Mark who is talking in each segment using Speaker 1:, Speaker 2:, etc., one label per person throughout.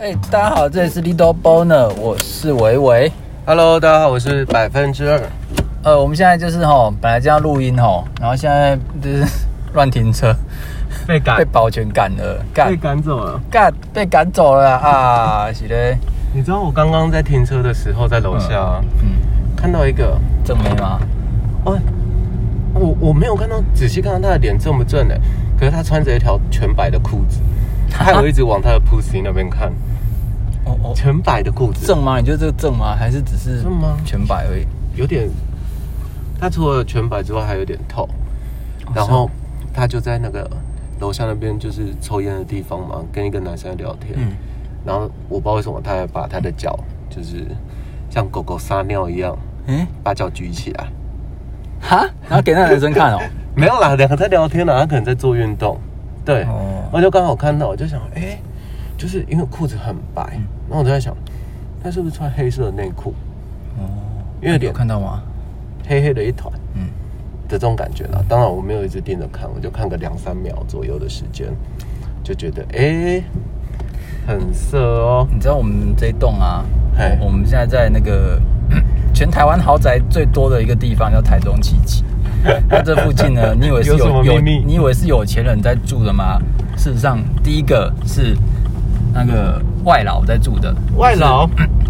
Speaker 1: 哎、大家好，这里是 Little Boner，我是维维。
Speaker 2: Hello，大家好，我是百分之二。
Speaker 1: 呃，我们现在就是吼，本来就要录音吼，然后现在就是乱停车，
Speaker 2: 被
Speaker 1: 被
Speaker 2: 赶，
Speaker 1: 保全赶了，
Speaker 2: 被
Speaker 1: 干
Speaker 2: 赶走了。
Speaker 1: 干被赶走了啊！啊是嘞，
Speaker 2: 你知道我刚刚在停车的时候，在楼下、啊
Speaker 1: 嗯，
Speaker 2: 看到一个，
Speaker 1: 正妹吗？
Speaker 2: 哦，我我没有看到仔细看到他的脸正不正哎，可是他穿着一条全白的裤 子，害我一直往他的 pussy 那边看，
Speaker 1: 哦哦，
Speaker 2: 全白的裤子，
Speaker 1: 正吗？你觉得这个正吗？还是只是
Speaker 2: 正吗
Speaker 1: 全白而已。
Speaker 2: 有点，他除了全白之外还有点透，
Speaker 1: 哦
Speaker 2: 然后他就在那个楼下那边就是抽烟的地方嘛，跟一个男生聊天，
Speaker 1: 嗯，
Speaker 2: 然后我不知道为什么他还把他的脚就是像狗狗撒尿一样
Speaker 1: 哎、
Speaker 2: 把脚举起来，
Speaker 1: 哈，然后给那个男生看哦，
Speaker 2: 没有啦，两个在聊天啦，他可能在做运动，对，
Speaker 1: 哦
Speaker 2: 我就刚好看到，我就想，哎、就是因为裤子很白，然后我就在想，他是不是穿黑色的内裤，
Speaker 1: 哦，
Speaker 2: 因为
Speaker 1: 有
Speaker 2: 脸
Speaker 1: 看到吗？
Speaker 2: 黑黑的一团
Speaker 1: 嗯，
Speaker 2: 的这种感觉啦。当然我没有一直盯着看，我就看个两三秒左右的时间，就觉得哎、很色哦，
Speaker 1: 你知道我们这一栋啊，
Speaker 2: 嘿
Speaker 1: 我我们现在在那个 全台湾豪宅最多的一个地方叫台中七 期。那这附近呢？你以为是
Speaker 2: 有什
Speaker 1: 有
Speaker 2: 么秘密
Speaker 1: 你以为是有钱人在住的吗？事实上，第一个是那个外劳在住的，
Speaker 2: 外劳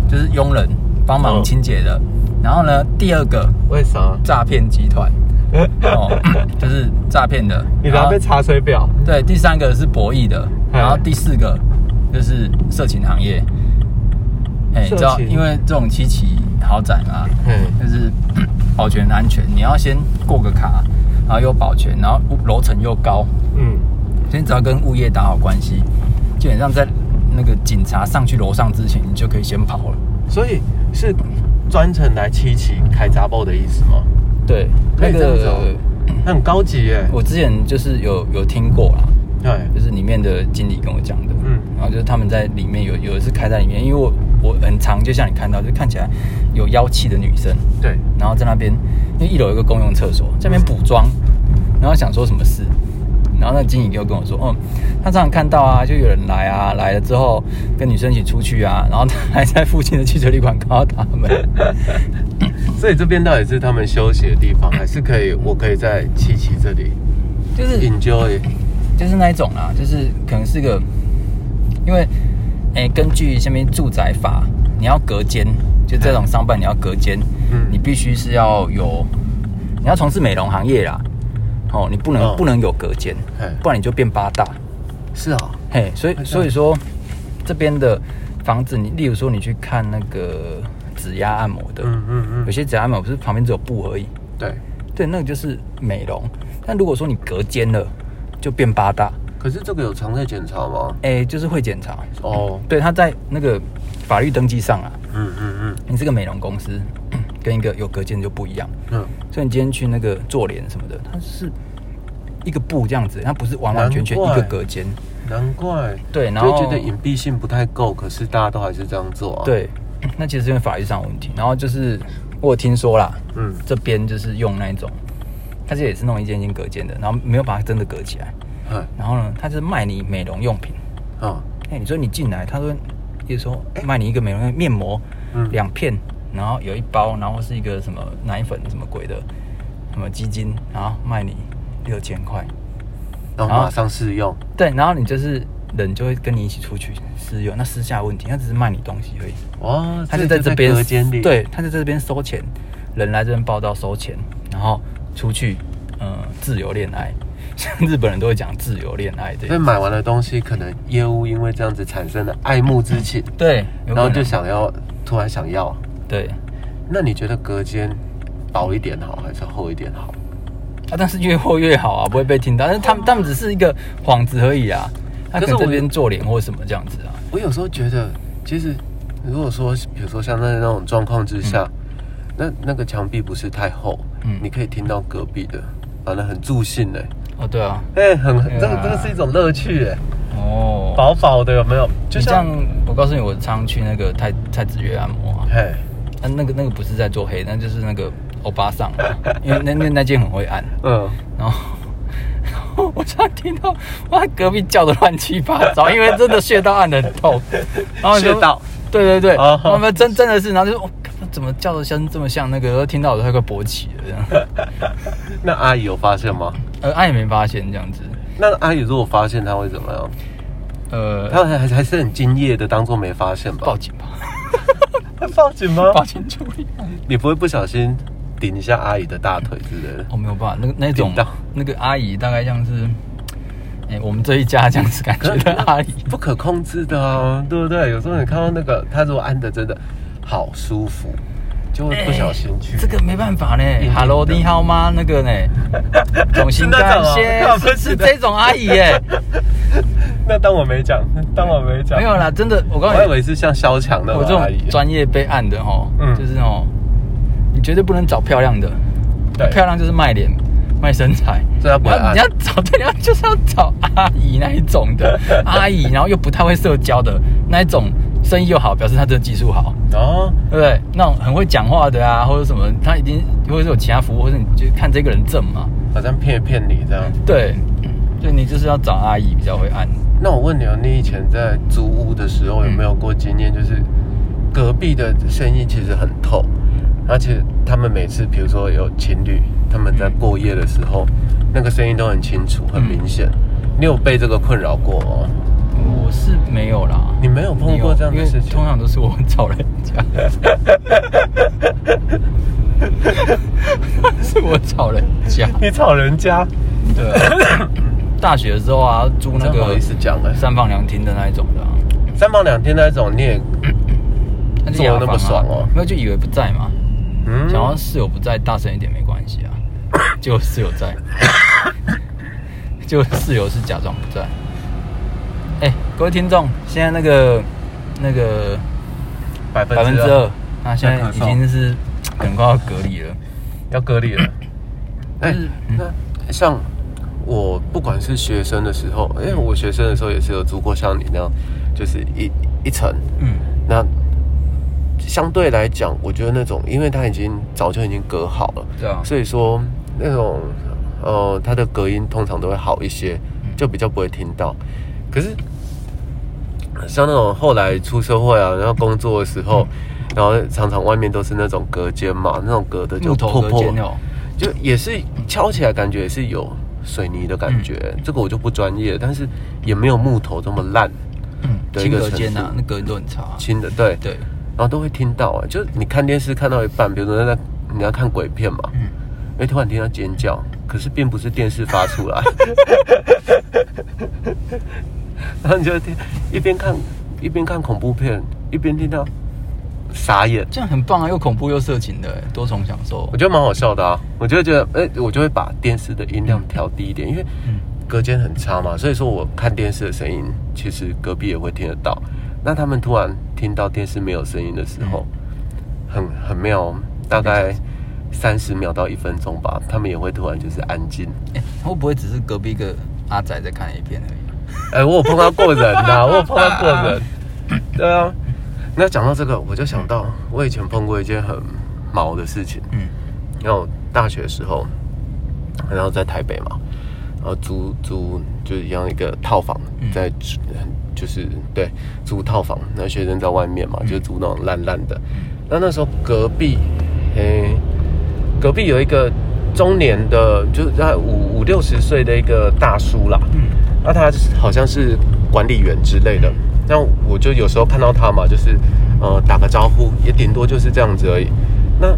Speaker 1: 就是佣人帮忙
Speaker 2: 嗯
Speaker 1: 清洁的。然后呢，第二个
Speaker 2: 为啥？
Speaker 1: 诈骗集 团，哦，就是诈骗的。
Speaker 2: 你
Speaker 1: 然
Speaker 2: 要
Speaker 1: 后
Speaker 2: 被查水表？
Speaker 1: 对，第三个是博弈的，
Speaker 2: 嗯
Speaker 1: 然后第四个就是色情行业。哎、你知道，
Speaker 2: 色情
Speaker 1: 因为这种七期豪宅嘛，
Speaker 2: 嗯，
Speaker 1: 就是 保全安全，你要先过个卡，然后又保全，然后楼层又高，
Speaker 2: 嗯，
Speaker 1: 所以你只要跟物业打好关系，基本上在那个警察上去楼上之前，你就可以先跑了。
Speaker 2: 所以是专程来七期开杂报的意思吗？
Speaker 1: 对，
Speaker 2: 可以这样子哦，那很高级耶。
Speaker 1: 我之前就是有有听过啦，
Speaker 2: 对，
Speaker 1: 就是里面的经理跟我讲的，嗯
Speaker 2: 嗯，
Speaker 1: 然后就是他们在里面有有一次开在里面，因为我我很常就像你看到，就看起来有妖气的女生，
Speaker 2: 对，
Speaker 1: 然后在那边，因为一楼有一个公用厕所，这边补妆，然后想说什么事，然后那经理就跟我说，嗯，他常常看到啊，就有人来啊，来了之后跟女生一起出去啊，然后他还在附近的汽车旅馆看到他们，
Speaker 2: 所以这边到底是他们休息的地方，还是可以我可以在七期这里
Speaker 1: 就是
Speaker 2: enjoy？
Speaker 1: 就是那一种啦，就是可能是个，因为，哎、根据下面住宅法，你要隔间，就这种商办你要隔间，
Speaker 2: 嗯
Speaker 1: 你必须是要有，你要从事美容行业啦，哦，你不能、
Speaker 2: 哦
Speaker 1: 不能有隔间
Speaker 2: 嘿，
Speaker 1: 不然你就变八大，
Speaker 2: 是啊，
Speaker 1: 嘿，所以
Speaker 2: 这样
Speaker 1: 所以说这边的房子，你例如说你去看那个指压按摩的，
Speaker 2: 嗯嗯
Speaker 1: 有
Speaker 2: 嗯，
Speaker 1: 些指压按摩不是旁边只有布而已，
Speaker 2: 对。
Speaker 1: 对，那个就是美容，但如果说你隔间了，就变八大。
Speaker 2: 可是这个有常态检查吗？
Speaker 1: 哎、就是会检查。
Speaker 2: 哦，
Speaker 1: 对，他在那个法律登记上啊，
Speaker 2: 嗯嗯嗯
Speaker 1: 你是个美容公司，跟一个有隔间就不一样。
Speaker 2: 嗯，
Speaker 1: 所以你今天去那个做脸什么的，它是一个布这样子，它不是完完全全一
Speaker 2: 难
Speaker 1: 个
Speaker 2: 怪
Speaker 1: 隔间。
Speaker 2: 难怪。
Speaker 1: 对，然
Speaker 2: 就
Speaker 1: 后
Speaker 2: 会觉得隐蔽性不太够，可是大家都还是这样做啊。，
Speaker 1: 对，那其实是因为法律上的问题。然后就是我有听说啦，
Speaker 2: 嗯，
Speaker 1: 这边就是用那一种，它这也是弄一间一间隔间的，然后没有把它真的隔起来。
Speaker 2: 嗯
Speaker 1: 然后呢，它是卖你美容用品。
Speaker 2: 啊，
Speaker 1: 哎、你说你进来，他说，比如说哎卖你一个美容面膜，
Speaker 2: 嗯
Speaker 1: 两片，然后有一包，然后是一个什么奶粉什么鬼的，什么鸡精，然后卖你六千块，
Speaker 2: 然
Speaker 1: 啊
Speaker 2: 后马上试用，
Speaker 1: 对，然后你就是人就会跟你一起出去私用，那私下问题，他只是卖你东西而已，
Speaker 2: 哇，
Speaker 1: 他
Speaker 2: 所
Speaker 1: 就
Speaker 2: 以
Speaker 1: 在这边
Speaker 2: 隔间里，
Speaker 1: 对，他就在这边收钱，人来这边报道收钱，然后出去，嗯、自由恋爱， 像日本人都会讲自由恋爱
Speaker 2: 所以
Speaker 1: 对，
Speaker 2: 买完的东西，可能业务因为这样子产生了爱慕之情，
Speaker 1: 对，有
Speaker 2: 然后
Speaker 1: 可
Speaker 2: 就
Speaker 1: 能
Speaker 2: 想要突然想要。
Speaker 1: 对。
Speaker 2: 那你觉得隔间薄一点好，还是厚一点好？
Speaker 1: 啊，但是越厚越好啊，不会被听到。但是他们他们只是一个幌子而已啊，他可
Speaker 2: 可是
Speaker 1: 能
Speaker 2: 我
Speaker 1: 这边做脸或什么这样子啊。
Speaker 2: 我有时候觉得，其实如果说，比如说像在那种状况之下，那那个墙壁不是太厚，
Speaker 1: 嗯
Speaker 2: 你可以听到隔壁的，反正很助兴哎、
Speaker 1: 哦，对啊，
Speaker 2: 哎、很
Speaker 1: 对啊
Speaker 2: 这个这个是一种乐趣哎、
Speaker 1: 哦，
Speaker 2: 薄薄的有没有？
Speaker 1: 就
Speaker 2: 就
Speaker 1: 像
Speaker 2: 像
Speaker 1: 我告诉你，我常去那个太太子月按摩啊，
Speaker 2: 嘿，
Speaker 1: 那个那个不是在做黑，那就是那个欧巴桑，啊因为那那那间很会按，
Speaker 2: 嗯，
Speaker 1: 然后。然后我常听到哇隔壁叫的乱七八糟，因为真的穴道按的很痛，然后你就
Speaker 2: 穴道，
Speaker 1: 对对对，
Speaker 2: 哦
Speaker 1: 他们真真的是，然后就哦怎么叫的声这么像那个，然后听到我都快勃起了这样，
Speaker 2: 那阿姨有发现吗？
Speaker 1: 呃，按也没发现这样子，
Speaker 2: 那阿姨如果发现，她会怎么样？
Speaker 1: 呃，
Speaker 2: 她还还还是很敬业的，当做没发现吧
Speaker 1: 报。警吧，
Speaker 2: 报报警吗
Speaker 1: 报警处理。
Speaker 2: 你不会不小心顶一下阿姨的大腿之类的？
Speaker 1: 哦，没有办法，那个那种
Speaker 2: 顶到
Speaker 1: 那个阿姨大概像是，哎、我们这一家这样子感觉的阿姨，
Speaker 2: 不可控制的啊，对不对？有时候你看到那个，她如果按的真的好舒服，就会不小心去。
Speaker 1: 哎这个没办法呢
Speaker 2: 硬的。
Speaker 1: Hello，你好吗？那 个呢，总心感谢
Speaker 2: 是那种啊，
Speaker 1: 是是这种阿姨 耶，
Speaker 2: 那当我没讲，当我没讲，
Speaker 1: 没有啦，真的，我告
Speaker 2: 啊我还以
Speaker 1: 诉你，
Speaker 2: 为是像萧强那
Speaker 1: 我这
Speaker 2: 种阿姨啊
Speaker 1: 种，专业被按的哦，
Speaker 2: 嗯
Speaker 1: 就是哦，你绝对不能找漂亮的，
Speaker 2: 对，
Speaker 1: 漂亮就是卖脸、卖身材，
Speaker 2: 所以她不啊
Speaker 1: 你要
Speaker 2: 会按
Speaker 1: 你要找对，你要就是要找阿姨那一种的 阿姨，然后又不太会社交的那一种，生意又好，表示她这个技术好，
Speaker 2: 哦，
Speaker 1: 对不对？那种很会讲话的啊，或者什么，她一定或者是有其他服务，或者你就看这个人正嘛，
Speaker 2: 好像骗骗你这样。
Speaker 1: 对，就你就是要找阿姨比较会按。
Speaker 2: 那我问你哦，你以前在租屋的时
Speaker 1: 嗯
Speaker 2: 候有没有过经验？就是隔壁的声音其实很透，而且他们每次，比如说有情侣，他们在
Speaker 1: 嗯
Speaker 2: 过夜的时候，那个声音都很清楚、很明显。你有被这个困扰过吗？
Speaker 1: 我是没有啦，
Speaker 2: 你没有碰
Speaker 1: 你
Speaker 2: 过这样
Speaker 1: 因
Speaker 2: 的
Speaker 1: 为
Speaker 2: 事情
Speaker 1: 通？常都是我找人家， 是我找人家。
Speaker 2: 你吵人家，
Speaker 1: 对、啊，大学的时候啊，租那
Speaker 2: 真不好
Speaker 1: 个
Speaker 2: 意思讲哎
Speaker 1: 三房两厅的那一种的、啊，
Speaker 2: 三房两厅那种，你也
Speaker 1: 那就
Speaker 2: 做得
Speaker 1: 雅
Speaker 2: 那么
Speaker 1: 房啊
Speaker 2: 爽哦
Speaker 1: 没有就以为不在嘛，
Speaker 2: 嗯
Speaker 1: 想要室友不在，大声一点没关系啊， 结果室友在，结果室友是假装不在。哎、各位听众，现在那个那个
Speaker 2: 嗯百分
Speaker 1: 百分之
Speaker 2: 二
Speaker 1: 二，那现在已经是可能快要隔离了。
Speaker 2: 要隔离了。哎、
Speaker 1: 嗯
Speaker 2: 那像我不管是学生的时候，因为我学生的时候也是有租过像你那样，就是一一层。
Speaker 1: 嗯，
Speaker 2: 那相对来讲，我觉得那种，因为它已经早就已经隔好了，
Speaker 1: 对啊，
Speaker 2: 所以说那种呃，它的隔音通常都会好一些，
Speaker 1: 嗯
Speaker 2: 就比较不会听到。可是像那种后来出社会啊，然后工作的时候，
Speaker 1: 嗯
Speaker 2: 然后常常外面都是那种隔间嘛，那种隔的就
Speaker 1: 木
Speaker 2: 破
Speaker 1: 头隔
Speaker 2: 破
Speaker 1: 间哦，
Speaker 2: 就也是敲起来感觉也是有水泥的感觉，这个我就不专业，但是也没有木头这么烂
Speaker 1: 嗯，
Speaker 2: 的一
Speaker 1: 轻
Speaker 2: 个
Speaker 1: 隔间
Speaker 2: 程
Speaker 1: 啊
Speaker 2: 度，
Speaker 1: 那隔音都很差啊。
Speaker 2: 轻的，对，
Speaker 1: 对，
Speaker 2: 然后都会听到啊、就是你看电视看到一半，比如说在你要看鬼片嘛，
Speaker 1: 嗯，
Speaker 2: 哎，突然听到尖叫，可是并不是电视发出来， 然后你就听一边看一边看恐怖片，一边听到傻眼，
Speaker 1: 这样很棒啊，又恐怖又色情的，多重享受
Speaker 2: 我。觉得蛮好笑的啊，我就会觉得，哎、我就会把电视的音量调低一点，因为
Speaker 1: 嗯
Speaker 2: 隔间很差嘛，所以说我看电视的声音，其实隔壁也会听得到。那他们突然听到电视没有声音的时候，很很妙哦，大概三十秒到一分钟吧，他们也会突然就是安静。
Speaker 1: 哎，会不会只是隔壁一个阿仔在看 A 片而已？
Speaker 2: 哎、我有碰到过人呐、我有碰到过人。对啊，那讲到这个，我就想到我以前碰过一件很毛的事情。
Speaker 1: 嗯
Speaker 2: 然后大学的时候，然后在台北嘛，然后租租就是一样一个套房，
Speaker 1: 嗯
Speaker 2: 在租就是对租套房，那学生在外面嘛，就租那种烂烂的。那那时候隔壁，诶、隔壁有一个中年的，就是在五五六十岁的一个大叔啦，
Speaker 1: 嗯，
Speaker 2: 那他好像是管理员之类的。那我就有时候看到他嘛，就是呃打个招呼，也顶多就是这样子而已。那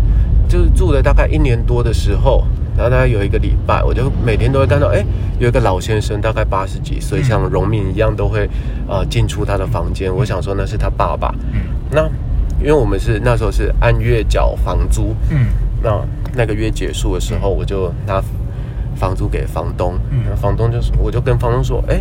Speaker 2: 就是住了大概一年多的时候，然后大概有一个礼拜，我就每天都会看到，哎、有一个老先生，大概八十几岁，像荣敏一样，都会呃进出他的房间。我想说那是他爸爸。那因为我们是那时候是按月缴房租，
Speaker 1: 嗯，
Speaker 2: 那那个月结束的时候，我就拿房租给房东，
Speaker 1: 嗯
Speaker 2: 那房东就说，我就跟房东说，哎、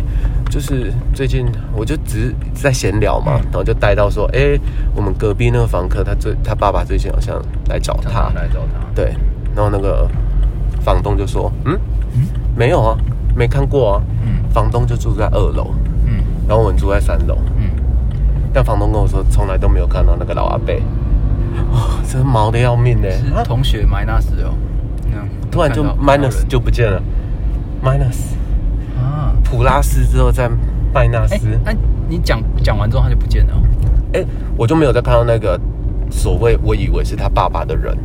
Speaker 2: 就是最近我就只是在闲聊嘛，
Speaker 1: 嗯
Speaker 2: 然后就带到说，哎、我们隔壁那个房客，他最他爸爸最近好像来找
Speaker 1: 常
Speaker 2: 他
Speaker 1: 常，来找他。
Speaker 2: 对，然后那个房东就说，嗯，
Speaker 1: 嗯
Speaker 2: 没有啊，没看过啊，
Speaker 1: 嗯
Speaker 2: 房东就住在二楼，
Speaker 1: 嗯
Speaker 2: 然后我们住在三楼，
Speaker 1: 嗯，
Speaker 2: 哦但房东跟我说从来都没有看到那个老阿伯，哇、真的毛的要命呢、
Speaker 1: 是
Speaker 2: 啊
Speaker 1: 同学 minus 哦，嗯
Speaker 2: 突然就
Speaker 1: 看到看到
Speaker 2: minus
Speaker 1: 人
Speaker 2: 就不见了，minus
Speaker 1: 啊，
Speaker 2: 普拉斯之后再麦纳斯
Speaker 1: 哎、，那你讲讲完之后他就不见了哦、
Speaker 2: 哎、我就没有再看到那个所谓我以为是他爸爸的人，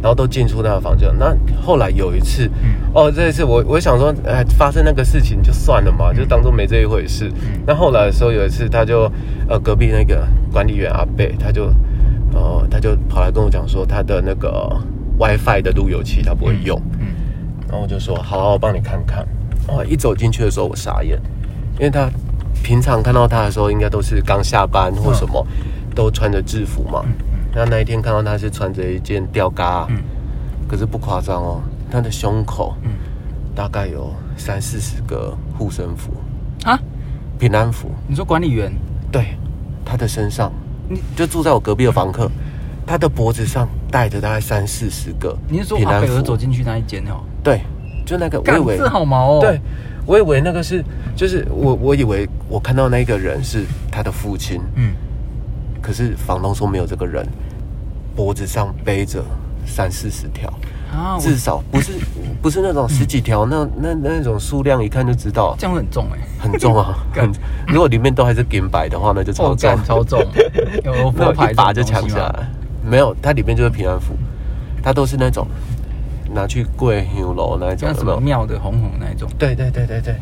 Speaker 2: 然后都进出那个房间。那后来有一次，
Speaker 1: 嗯
Speaker 2: 哦，这一次我我想说，哎，发生那个事情就算了嘛，就当做没这一回事。
Speaker 1: 嗯
Speaker 2: 那后来的时候有一次，他就呃隔壁那个管理员阿贝，他就呃他就跑来跟我讲说，他的那个 WiFi 的路由器他不会用。
Speaker 1: 嗯，
Speaker 2: 然后我就说好，我帮你看看。哇！一走进去的时候，我傻眼，因为他平常看到他的时候，应该都是刚下班或什么，
Speaker 1: 嗯
Speaker 2: 都穿着制服嘛。那那一天看到他是穿着一件吊嘎，
Speaker 1: 嗯
Speaker 2: 可是不夸张哦，他的胸口
Speaker 1: 嗯
Speaker 2: 大概有三四十个护身符、
Speaker 1: 啊，
Speaker 2: 平安符，
Speaker 1: 你说管理员，
Speaker 2: 对，他的身上
Speaker 1: 你，
Speaker 2: 就住在我隔壁的房客，他的脖子上戴着大概三四十个
Speaker 1: 你是说
Speaker 2: 平
Speaker 1: 阿
Speaker 2: 安
Speaker 1: 北儿
Speaker 2: 符，
Speaker 1: 走进去那一间哦？
Speaker 2: 对，就那个我
Speaker 1: 干
Speaker 2: 以为
Speaker 1: 这好毛哦。
Speaker 2: 对，，我以为那个是，就是我我以为我看到那个人是他的父亲，
Speaker 1: 嗯，
Speaker 2: 可是房东说没有这个人，脖子上背着三四十条，
Speaker 1: 啊，我
Speaker 2: 至少不是不是那种十几条，那那那种数量一看就知道
Speaker 1: 这样会很重哎、
Speaker 2: 很重啊，很
Speaker 1: 干
Speaker 2: 如果里面都还是金白的话，那就超
Speaker 1: 哦
Speaker 2: 重，
Speaker 1: 干超 重，有
Speaker 2: 那
Speaker 1: 佛牌
Speaker 2: 一把就
Speaker 1: 这种
Speaker 2: 抢
Speaker 1: 东西啊
Speaker 2: 下
Speaker 1: 吗。
Speaker 2: 来，没有，它里面就是平安符，它都是那种拿去跪牛楼那一种，
Speaker 1: 像
Speaker 2: 有
Speaker 1: 什
Speaker 2: 没有
Speaker 1: 么庙的红红那一种，
Speaker 2: 对对对对对，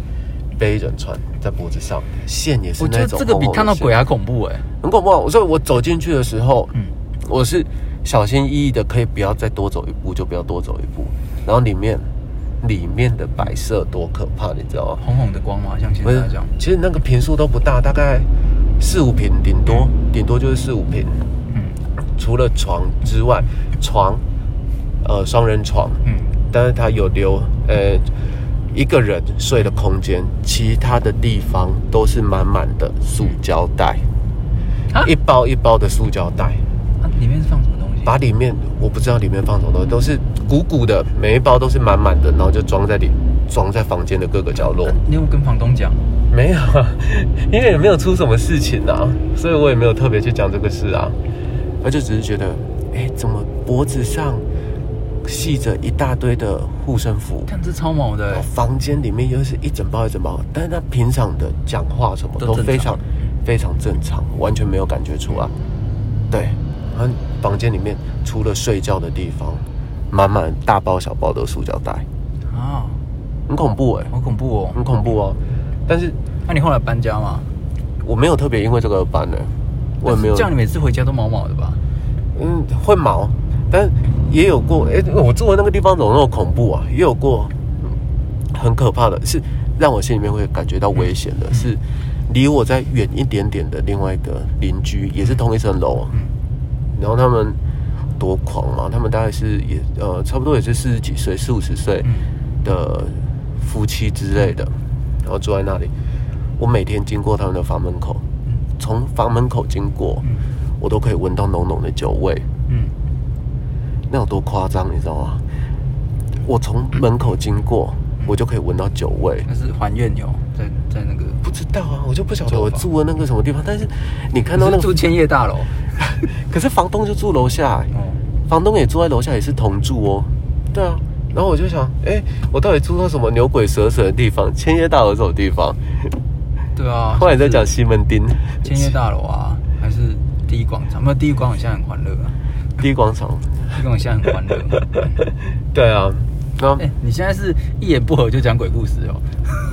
Speaker 2: 背着穿在脖子上，线也是
Speaker 1: 我觉
Speaker 2: 那
Speaker 1: 得
Speaker 2: 种
Speaker 1: 这个比
Speaker 2: 厚厚的
Speaker 1: 看到鬼
Speaker 2: 线
Speaker 1: 还恐怖哎、
Speaker 2: 很恐怖啊。我说我走进去的时候，
Speaker 1: 嗯
Speaker 2: 我是小心翼翼的，可以不要再多走一步就不要多走一步。然后里面里面的摆设多可怕，你知道吗？
Speaker 1: 红红的光嘛，像现
Speaker 2: 不是
Speaker 1: 在这样，，
Speaker 2: 其实那个平数都不大，大概四五平顶多，顶多就是四五平。
Speaker 1: 嗯
Speaker 2: 除了床之外，床，呃，双人床，
Speaker 1: 嗯
Speaker 2: 但是它有留呃一个人睡的空间，其他的地方都是满满的塑胶袋，
Speaker 1: 啊
Speaker 2: 一包一包的塑胶袋，
Speaker 1: 啊，里面是放什么东西？
Speaker 2: 把里面我不知道里面放什么东西，都是鼓鼓的，每一包都是满满的，然后就装在里装在房间的各个角落
Speaker 1: 啊。你有没有跟房东讲？
Speaker 2: 没有，啊，因为也没有出什么事情啊，所以我也没有特别去讲这个事啊。我就只是觉得，哎、怎么脖子上系着一大堆的护身符？
Speaker 1: 看这超毛的、
Speaker 2: 然后
Speaker 1: 欸，
Speaker 2: 房间里面又是一整包一整包，但是他平常的讲话什么
Speaker 1: 都
Speaker 2: 都
Speaker 1: 正
Speaker 2: 非
Speaker 1: 常
Speaker 2: 常非常正常，完全没有感觉出来。对，然后房间里面除了睡觉的地方，满满大包小包的塑胶袋，哦
Speaker 1: 啊，
Speaker 2: 很恐怖哎、
Speaker 1: 好恐怖哦。
Speaker 2: 很恐怖哦。但是
Speaker 1: 那、你后来搬家吗？
Speaker 2: 我没有特别因为这个搬呢、我也没有
Speaker 1: 这样你每次回家都毛毛的吧？
Speaker 2: 嗯，会毛，但也有过。哎、我住的那个地方怎么那么恐怖啊？也有过、嗯很可怕的，是让我心里面会感觉到危险的，是离我再远一点点的另外一个邻居，也是同一层楼。
Speaker 1: 嗯
Speaker 2: 然后他们多狂啊！他们大概是也呃，差不多也是四十几岁、四五十岁
Speaker 1: 嗯
Speaker 2: 的夫妻之类的，然后住在那里。我每天经过他们的房门口，从房门口经过，我都可以闻到浓浓的酒味，
Speaker 1: 嗯，
Speaker 2: 那有多夸张，你知道吗？我从门口经过，我就可以闻到酒味。
Speaker 1: 那是还愿有在在那个，
Speaker 2: 不知道啊，我就不晓得
Speaker 1: 走吧
Speaker 2: 我住的那个什么地方，但是你看到
Speaker 1: 你
Speaker 2: 那
Speaker 1: 是住
Speaker 2: 个，
Speaker 1: 千叶大楼。
Speaker 2: 可是房东就住楼下、欸
Speaker 1: 哦，
Speaker 2: 房东也住在楼下，也是同住哦。对啊，然后我就想，哎、我到底住到什么牛鬼蛇神的地方？千叶大楼这种地方？
Speaker 1: 对啊。
Speaker 2: 后来在讲西门町
Speaker 1: 千叶大楼啊，还是第一广场？没有第一广场现在很欢乐啊，
Speaker 2: 第一广场。
Speaker 1: 第一广场现在很欢乐。
Speaker 2: 对啊，那
Speaker 1: 哎、你现在是一言不合就讲鬼故事哦，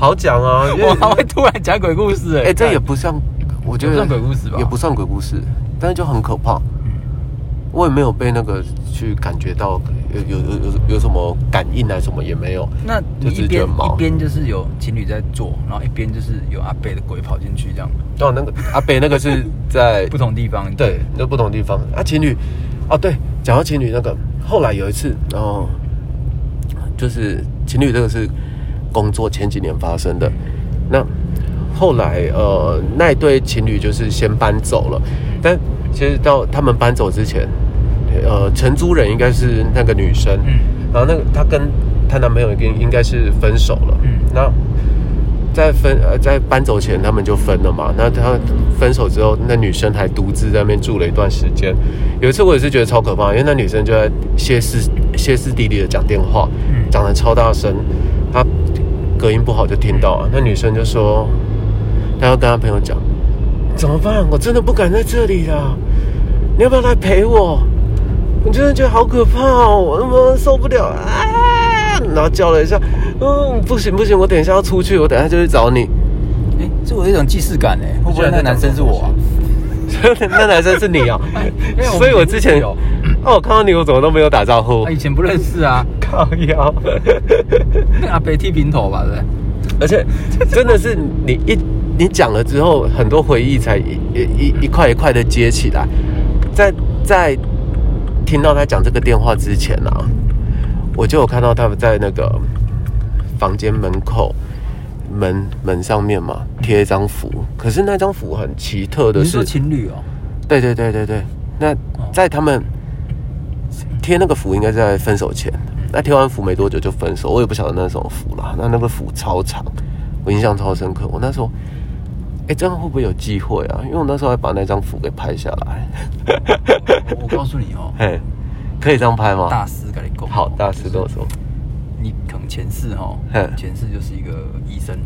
Speaker 2: 好讲啊，因为
Speaker 1: 我还会突然讲鬼故事哎、
Speaker 2: 哎、这也不像，我觉
Speaker 1: 也不
Speaker 2: 得
Speaker 1: 算鬼故事吧嗯
Speaker 2: 也不算鬼故事，但是就很可怕。我也没有被那个去感觉到有有有有有什么感应啊，什么也没有。
Speaker 1: 那你
Speaker 2: 就
Speaker 1: 一
Speaker 2: 直觉
Speaker 1: 边
Speaker 2: 得毛
Speaker 1: 一边就是有情侣在做，然后一边就是有阿贝的鬼跑进去这样，
Speaker 2: 哦，那个阿北那个是在
Speaker 1: 不同地方
Speaker 2: 对，那不同地方啊，情侣，哦，对，讲到情侣那个，后来有一次，然后就是情侣这个是工作前几年发生的，那后来呃那一对情侣就是先搬走了，但其实到他们搬走之前，呃，承租人应该是那个女生，
Speaker 1: 嗯
Speaker 2: 然后那个她跟她男朋友应该应该是分手了，
Speaker 1: 嗯
Speaker 2: 那在分呃在搬走前他们就分了嘛。那他分手之后，那女生还独自在那边住了一段时间。有一次我也是觉得超可怕，因为那女生就在歇斯歇斯底里的讲电话，
Speaker 1: 嗯
Speaker 2: 讲的超大声，她隔音不好就听到啊。那女生就说，她要跟她朋友讲，怎么办？我真的不敢在这里了，你要不要来陪我？我真的觉得好可怕哦，我他妈受不了啊！然后叫了一下，嗯，不行不行，我等一下要出去，我等一下就去找你。
Speaker 1: 哎、这我有一种既视感哎、会不会那男生是我、啊？
Speaker 2: 那男生是你 哦
Speaker 1: 因为我，们
Speaker 2: 所以我之前
Speaker 1: 以前有
Speaker 2: 哦，我看到你我怎么都没有打招呼
Speaker 1: 啊，，以前不认识 啊，
Speaker 2: 靠腰。
Speaker 1: 那阿北剃平头吧，对不对？
Speaker 2: 而且真的是你一你讲了之后，很多回忆才一一一一块一块的接起来。在在听到他讲这个电话之前啊，我就有看到他们在那个房间门口门门上面嘛贴一张符，可是那张符很奇特的
Speaker 1: 你是
Speaker 2: 是
Speaker 1: 说，情侣 哦、
Speaker 2: 对对对对对，那在他们贴那个符应该是在分手前，那贴完符没多久就分手，我也不晓得那是什么符啦。那那个符超长，我印象超深刻。我那时候，哎、这样会不会有机会啊？因为我那时候还把那张符给拍下来，
Speaker 1: 我我告诉你哦、
Speaker 2: 嘿，可以这样拍吗？
Speaker 1: 大师跟你讲，哦
Speaker 2: 好，大师跟
Speaker 1: 就
Speaker 2: 我
Speaker 1: 是
Speaker 2: 说，
Speaker 1: 你可能前世哦、
Speaker 2: 嗯
Speaker 1: 前世就是一个医生，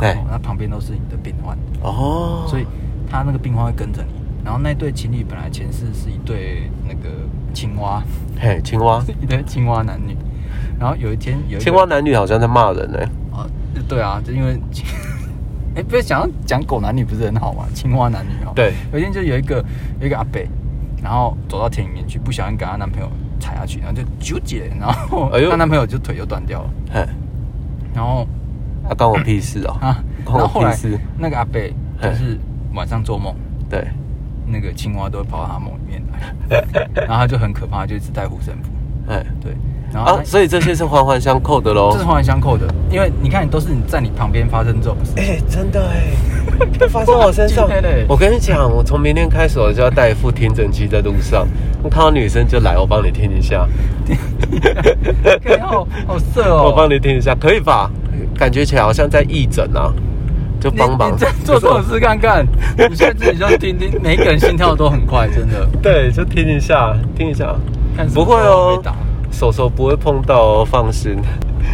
Speaker 2: 哎
Speaker 1: 哦那旁边都是你的病患，
Speaker 2: 哦，
Speaker 1: 所以他那个病患会跟着你。然后那对情侣本来前世是一对那个青蛙，
Speaker 2: 嘿，青蛙，
Speaker 1: 一对青蛙男女。然后有一天有一个
Speaker 2: 啊青蛙男女好像在骂人呢、
Speaker 1: 啊，对啊，就因为， 哎、不是想要讲狗男女不是很好吗？青蛙男女哦、
Speaker 2: 对
Speaker 1: 有一天就有一个有一个阿伯，然后走到田里面去，不小心给她男朋友踩下去，然后就纠结，然后
Speaker 2: 哎呦
Speaker 1: 她男朋友就腿就断掉了，
Speaker 2: 嘿，
Speaker 1: 然后
Speaker 2: 啊，关我屁事哦、
Speaker 1: 啊，然
Speaker 2: 关
Speaker 1: 后
Speaker 2: 我
Speaker 1: 后
Speaker 2: 屁
Speaker 1: 来
Speaker 2: 事，
Speaker 1: 那个阿伯就是晚上做梦，
Speaker 2: 对，
Speaker 1: 那个青蛙都会跑到他梦里面 来，然后他就很可怕，就一直带护身符，
Speaker 2: 哎，
Speaker 1: 对，然后
Speaker 2: 啊，
Speaker 1: 他、
Speaker 2: 所以这些是环环相扣的喽，
Speaker 1: 这是环环相扣的，因为你看，都是你在你旁边发生这种 事，
Speaker 2: 哎、真的哎、 发生我身上
Speaker 1: 我很敬佩嘞。
Speaker 2: 我跟你讲，我从明天开始我就要带一副听诊器在路上，我看到女生就来，我帮你听一下，
Speaker 1: 干好好色哦、
Speaker 2: 我帮你听一下，可以吧？感觉起来好像在义诊啊，就
Speaker 1: 你
Speaker 2: 帮忙
Speaker 1: 你再做这种
Speaker 2: 就是
Speaker 1: 事看看，你现在自己就听听，每一个人心跳都很快，真的。
Speaker 2: 对，就听一下，听一下
Speaker 1: 看，什
Speaker 2: 不
Speaker 1: 么时
Speaker 2: 会
Speaker 1: 候
Speaker 2: 哦
Speaker 1: 被打，
Speaker 2: 手手不会碰到哦，放心，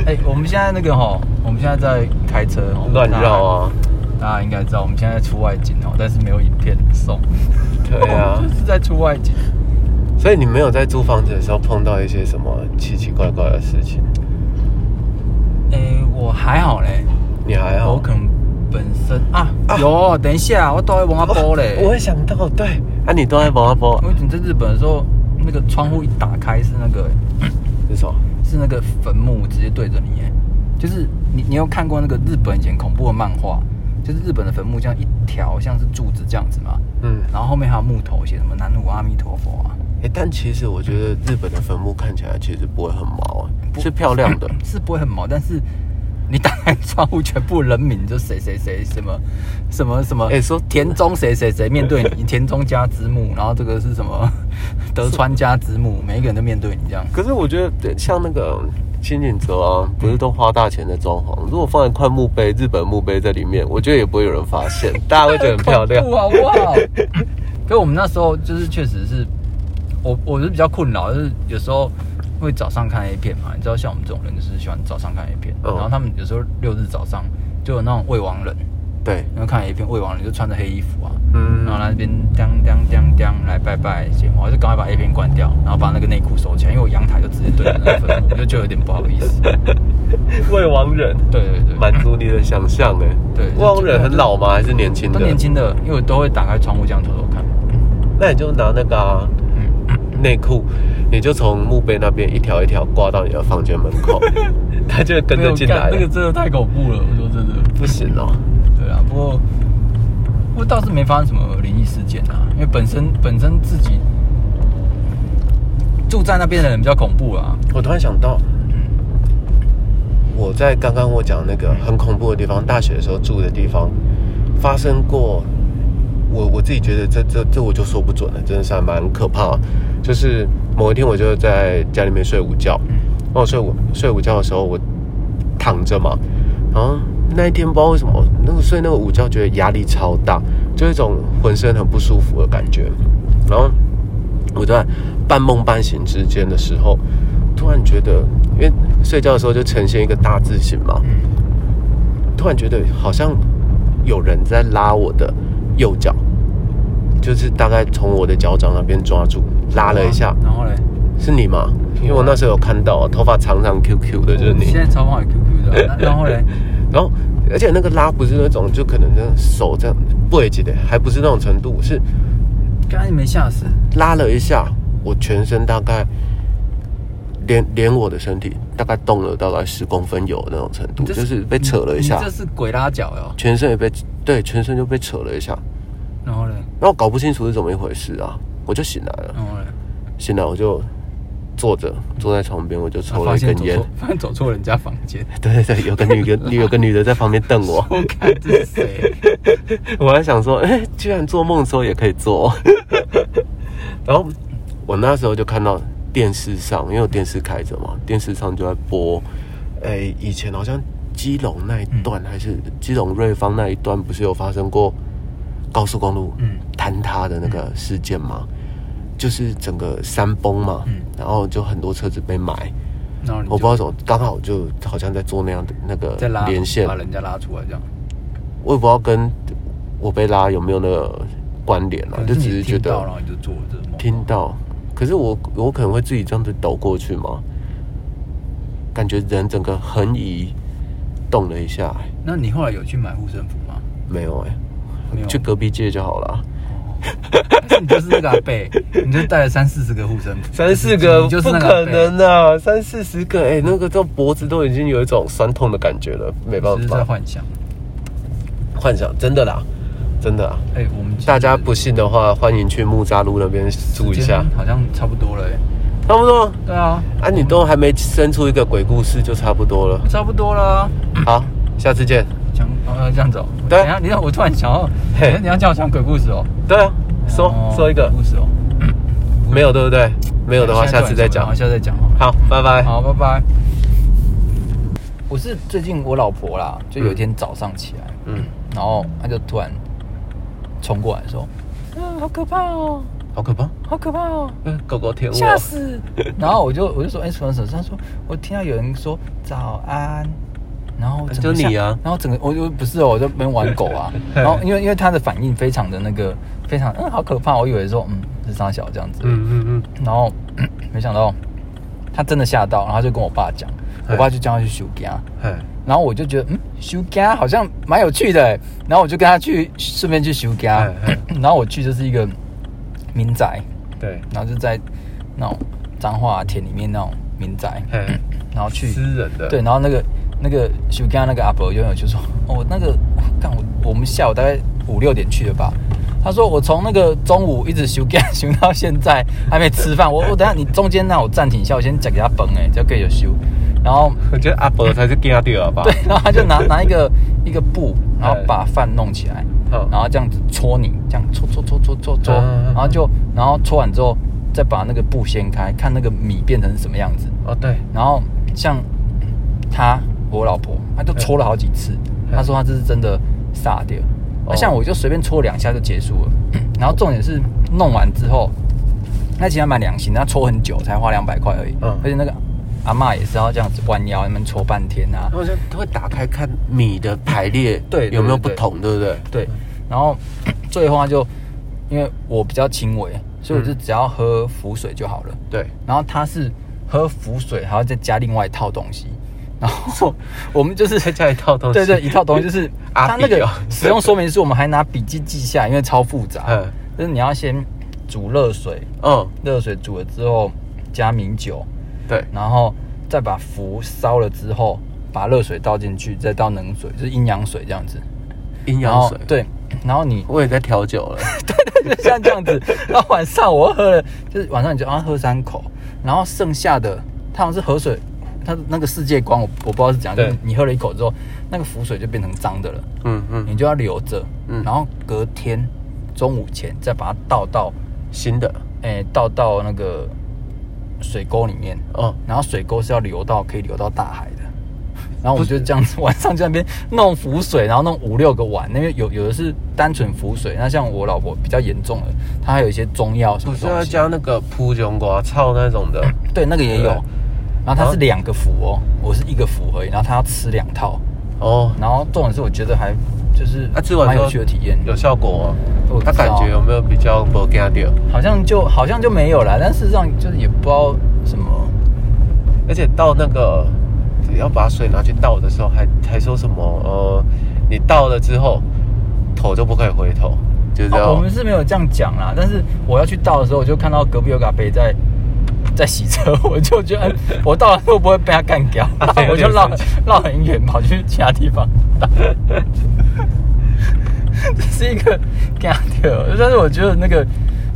Speaker 1: 哎、我们现在那个吼，我们现在在开车哦，
Speaker 2: 乱绕啊，
Speaker 1: 大家。大家应该知道，我们现在在出外景哦，但是没有影片送。，
Speaker 2: 对啊
Speaker 1: 就是在出外景。
Speaker 2: 所以你没有在租房子的时候碰到一些什么奇奇怪怪的事情，
Speaker 1: 哎、我还好嘞，
Speaker 2: 你还好？
Speaker 1: 我哦可能本身啊，有，等一下，我都会往阿波嘞。
Speaker 2: 啊我会想到，对，啊，你都在帮他播
Speaker 1: 我以前在日本的时候，那个窗户一打开是那个、
Speaker 2: 是什么？
Speaker 1: 是那个坟墓直接对着你，哎，就是你你有看过那个日本以前恐怖的漫画，就是日本的坟墓这样一条像是柱子这样子嘛，
Speaker 2: 嗯，
Speaker 1: 然后后面还有木头写什么南无阿弥陀佛啊，
Speaker 2: 哎、但其实我觉得日本的坟墓看起来其实不会很毛啊，
Speaker 1: 不
Speaker 2: 是漂亮的。
Speaker 1: 是不会很毛，但是你打开窗户，全部人名就谁谁谁什么什么什么，
Speaker 2: 哎说
Speaker 1: 田中谁谁谁面对你，田中家之墓，然后这个是什 么德川家之墓，每一个人都面对你这样。
Speaker 2: 可是我觉得像那个新井泽啊，不是都花大钱在装潢？如果放一块墓碑，日本墓碑在里面，我觉得也不会有人发 现，大家会觉得很漂亮
Speaker 1: 恐。怖好不好？可我们那时候就是确实是，我我是比较困扰，就是有时候会早上看 A 片嘛，你知道像我们这种人就是喜欢早上看 A 片，
Speaker 2: 嗯
Speaker 1: 然后他们有时候六日早上就有那种未亡人，
Speaker 2: 对，
Speaker 1: 然后看 A 片未亡人就穿着黑衣服啊，
Speaker 2: 嗯
Speaker 1: 然后来那边当当当当来拜拜结婚，我就赶快把 A 片关掉，然后把那个内裤收起来，因为我阳台就直接对着那个坟墓，我就觉得有点不好意 思。
Speaker 2: 未亡人
Speaker 1: 对对对，
Speaker 2: 满足你的想象哎、
Speaker 1: 对
Speaker 2: 未亡人很老吗？还是年轻
Speaker 1: 都
Speaker 2: 的？
Speaker 1: 年。轻的，因为我都会打开窗户这样偷偷看。
Speaker 2: 那你就拿那个啊
Speaker 1: 嗯，
Speaker 2: 内裤、你就从墓碑那边一条一条挂到你的房间门 口，他就会跟着进
Speaker 1: 没有干
Speaker 2: 来了。
Speaker 1: 那个真的太恐怖了，我说真的。
Speaker 2: 不行哦、
Speaker 1: 对啊，不过不过倒是没发生什么灵异事件啊，因为本身本身自己住在那边的人比较恐怖啊。
Speaker 2: 我突然想到，我在刚刚我讲那个很恐怖的地方，大学的时候住的地方，发生过，我我自己觉得这这这我就说不准了，真的是还蛮可怕的。就是某一天我就在家里面睡午觉，然后我睡午睡午觉的时候我躺着嘛，然后那一天不知道为什么，那个睡那个午觉觉得压力超大，就一种浑身很不舒服的感觉。然后我在半梦半醒之间的时候，突然觉得，因为睡觉的时候就呈现一个大字形嘛，突然觉得好像有人在拉我的右脚，就是大概从我的脚掌那边抓住，拉了一下，
Speaker 1: 然后嘞，
Speaker 2: 是你吗？因为我那时候有看到啊头发长长 QQ
Speaker 1: 哦
Speaker 2: 的，就是你。
Speaker 1: 现在超跑也 QQ 的，那然后嘞，
Speaker 2: 然后，而且那个拉不是那种，就可能那手这样背起的，还不是那种程度，是
Speaker 1: 刚才没吓死，
Speaker 2: 拉了一下，我全身大概连连我的身体大概动了大概十公分有那种程度，
Speaker 1: 你这
Speaker 2: 就是被扯了一下
Speaker 1: 你你这，是鬼拉脚哟。
Speaker 2: 全身也被对，全身就被扯了一下，
Speaker 1: 然后嘞，
Speaker 2: 然后搞不清楚是怎么一回事啊，我就醒来了，
Speaker 1: 然后嘞，
Speaker 2: 醒来我就坐着坐在床边，我就抽
Speaker 1: 啊
Speaker 2: 了
Speaker 1: 发
Speaker 2: 一
Speaker 1: 现
Speaker 2: 根
Speaker 1: 走
Speaker 2: 烟
Speaker 1: 错，，发现走错人家房间。
Speaker 2: 对对对，有个女个女有个女的在旁边瞪我，
Speaker 1: 我看这是谁？
Speaker 2: 我还想说，哎、居然做梦的时候也可以做。 然后我那时候就看到电视上，因为我电视开着嘛，电视上就在播，哎、以前好像基隆那一段、
Speaker 1: 嗯
Speaker 2: 还是基隆瑞芳那一段，不是有发生过高速公路
Speaker 1: 嗯
Speaker 2: 坍塌的那个事件吗？就是整个山崩嘛，
Speaker 1: 嗯
Speaker 2: 然后就很多车子被埋，
Speaker 1: 然后你就
Speaker 2: 我不知道怎么，刚好就好像在做那样的那个
Speaker 1: 再拉
Speaker 2: 连线，
Speaker 1: 把人家拉出来这样。
Speaker 2: 我也不知道跟我被拉有没有那个关联啊，就
Speaker 1: 可是
Speaker 2: 只
Speaker 1: 你
Speaker 2: 是觉
Speaker 1: 听到
Speaker 2: 得
Speaker 1: 然后你就做了这个梦。
Speaker 2: 听到，可是我我可能会自己这样子抖过去嘛，感觉人整个横移动了一下、欸
Speaker 1: 那你后来有去买护身符吗？
Speaker 2: 没有哎、
Speaker 1: 没有，
Speaker 2: 去隔壁借就好了。
Speaker 1: 但 是你就是那个阿贝，你就带了三四十个护身符，
Speaker 2: 三四个
Speaker 1: 你就是
Speaker 2: 不
Speaker 1: 那个
Speaker 2: 可
Speaker 1: 阿贝
Speaker 2: 能啊，三四十个，哎、那个到脖子都已经有一种酸痛的感觉了，没办
Speaker 1: 只是在
Speaker 2: 法，
Speaker 1: 幻想。
Speaker 2: 幻想真的啦，真的啊，
Speaker 1: 哎、我们
Speaker 2: 大家不信的话，欢迎去木栅路那边住一
Speaker 1: 今
Speaker 2: 下
Speaker 1: 天，好像差不多了、哎。
Speaker 2: 差不多。
Speaker 1: 对啊，
Speaker 2: 啊，你都还没生出一个鬼故事就差不多了。
Speaker 1: 差不多了。啊
Speaker 2: 好，下次见。
Speaker 1: 讲呃这样子哦、
Speaker 2: 对
Speaker 1: 等一下你让我突然想要，
Speaker 2: 嘿
Speaker 1: 你要叫我讲鬼故事哦、
Speaker 2: 对啊，说
Speaker 1: 哦
Speaker 2: 说一个
Speaker 1: 鬼，故事哦、
Speaker 2: 没有对不对？没有的话，
Speaker 1: 现在
Speaker 2: 下
Speaker 1: 突然
Speaker 2: 次再讲哎
Speaker 1: 想不到。下次再讲哦、
Speaker 2: 好，拜拜。
Speaker 1: 好，拜拜。我是最近我老婆啦，就有一天早上起来，
Speaker 2: 嗯，
Speaker 1: 然后她就突然冲过来说：“嗯，好可怕哦，
Speaker 2: 好可怕，
Speaker 1: 好可怕哦，
Speaker 2: 嗯狗狗舔我，
Speaker 1: 吓死！”然后我就我就说：“哎、什么什么？”她说：“我听到有人说早安。”然后我整个
Speaker 2: 就你
Speaker 1: 吓
Speaker 2: 啊
Speaker 1: 然后整个我就不是哦，我就没玩狗 啊。然后因为因为她的反应非常的那个，非常嗯好可怕，我以为说嗯是傻小这样子，
Speaker 2: 嗯嗯嗯，
Speaker 1: 然后 没想到他真的吓到，然后就跟我爸讲，
Speaker 2: 哎
Speaker 1: 我爸就叫他去修家，
Speaker 2: 哎，
Speaker 1: 然后我就觉得嗯修家好像蛮有趣的欸，然后我就跟他去顺便去修家
Speaker 2: 哎哎，
Speaker 1: 然后我去就是一个民宅，
Speaker 2: 对，
Speaker 1: 然后就在那种彰化田里面那种民宅，
Speaker 2: 哎，
Speaker 1: 然后去
Speaker 2: 私人的，
Speaker 1: 对，，然后那个那个修家那个阿伯永远就说，哦那个干我我们下午大概五六点去的吧。他说：“我从那个中午一直休假 休到现在，还没吃饭。我我等下你中间让我暂停一下，我先讲给他崩哎，就可以有休。然后
Speaker 2: 我觉得阿伯才是惊掉吧？
Speaker 1: 对，然后他就拿拿一个一个布，然后
Speaker 2: 哎
Speaker 1: 把饭弄起来，
Speaker 2: 好
Speaker 1: 然后这样子搓你，这样搓搓搓搓搓搓，
Speaker 2: 嗯嗯
Speaker 1: 然
Speaker 2: 嗯
Speaker 1: 后就然后搓完之后，再把那个布掀开，看那个米变成什么样子。
Speaker 2: 哦对，
Speaker 1: 然后像她，我老婆，她就搓了好几次，
Speaker 2: 嗯
Speaker 1: 她说她这是真的傻掉。那
Speaker 2: 哦
Speaker 1: 像我就随便搓两下就结束了， 然后重点是弄完之后，那其实还蛮良心的，她搓很久才花两百块而已，
Speaker 2: 嗯
Speaker 1: 而且那个阿嬷也是要这样子弯腰，那边搓半天啊，
Speaker 2: 好像会打开看米的排列，
Speaker 1: 对对
Speaker 2: 有没有不
Speaker 1: 对
Speaker 2: 同，对不对？
Speaker 1: 对，然后 最后她就因为我比较轻微，所以
Speaker 2: 嗯
Speaker 1: 我就只要喝浮水就好了。
Speaker 2: 对，
Speaker 1: 然后他是喝浮水，还要再加另外一套东西。然后 我们就是
Speaker 2: 再加一套东西
Speaker 1: 对对，一套东西就是
Speaker 2: 阿
Speaker 1: 它那
Speaker 2: 比
Speaker 1: 个
Speaker 2: 哦
Speaker 1: 使用说明书，我们还拿笔记记下来，因为超复杂。
Speaker 2: 嗯
Speaker 1: 就是你要先煮热水，
Speaker 2: 嗯，
Speaker 1: 热水煮了之后加米酒，
Speaker 2: 对，
Speaker 1: 然后再把符烧了之后，把热水倒进去，再倒冷水，就是阴阳水这样子。
Speaker 2: 阴
Speaker 1: 然
Speaker 2: 阳
Speaker 1: 后
Speaker 2: 水，，
Speaker 1: 哦对，然后你
Speaker 2: 我也在调酒 了，
Speaker 1: 就像这样子。然后晚上我喝了，就是晚上你就啊喝三口，然后剩下的它好像是河水，它那个世界观我我不知道是怎样，就
Speaker 2: 对
Speaker 1: 是你喝了一口之后，那个浮水就变成脏的了，
Speaker 2: 嗯嗯，
Speaker 1: 你就要留着，
Speaker 2: 嗯
Speaker 1: 然后隔天中午前再把它倒到，
Speaker 2: 新的，
Speaker 1: 诶、倒到那个水沟里面，
Speaker 2: 哦，
Speaker 1: 然后水沟是要流到可以流到大海的。然后我们就这样子晚上就在那边弄浮水，然后弄五六个碗，那边有有的是单纯浮水，那像我老婆比较严重的，她还有一些中药什
Speaker 2: 不
Speaker 1: 么
Speaker 2: 是要
Speaker 1: 东西，
Speaker 2: 加那个蒲种瓜草那种的，
Speaker 1: 对，那个也有
Speaker 2: 对。
Speaker 1: 然后它
Speaker 2: 啊
Speaker 1: 是两个服哦，我是一个服而已，然后她要吃两套，
Speaker 2: 哦，
Speaker 1: 然后重点是我觉得还就是
Speaker 2: 那、啊吃完
Speaker 1: 蛮
Speaker 2: 之后
Speaker 1: 有趣的体验，
Speaker 2: 有效果
Speaker 1: 我
Speaker 2: 吗？
Speaker 1: 不
Speaker 2: 他
Speaker 1: 知道
Speaker 2: 感觉有没有比较不干掉？
Speaker 1: 好像就好像就没有啦，但事实上就是也不知道什么。
Speaker 2: 而且倒那个要把水拿去倒的时候还，还说什么呃，你倒了之后头就不可以回头，就是这样。
Speaker 1: 哦我们是没有这样讲啦，但是我要去倒的时候，我就看到隔壁有个阿伯在在洗车，我就觉得哎我倒了会不会被他干掉
Speaker 2: 阿伯，有
Speaker 1: 我
Speaker 2: 点
Speaker 1: 就绕
Speaker 2: 生气
Speaker 1: 绕很远跑去其他地方倒。 这是一个干掉，但是我觉得那个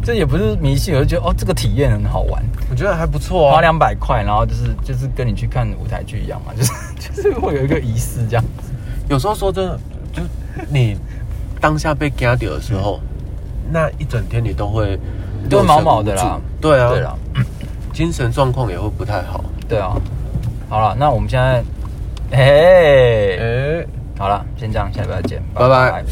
Speaker 1: 这也不是迷信，我就觉得哦这个体验很好玩，
Speaker 2: 我觉得还不错
Speaker 1: 花
Speaker 2: 啊。
Speaker 1: 两百块，然后就是就是跟你去看舞台剧一样嘛，就是 就是会有一个仪式这样子。
Speaker 2: 有时候说真的，就你当下被干掉的时候，那一整天你都会
Speaker 1: 嗯都会毛毛的啦
Speaker 2: 对啊，
Speaker 1: 对啦，
Speaker 2: 精神状况也会不太好。
Speaker 1: 对啊，好了，那我们现在，哎、
Speaker 2: 哎、
Speaker 1: 好了，先这样，下礼拜见，
Speaker 2: 拜拜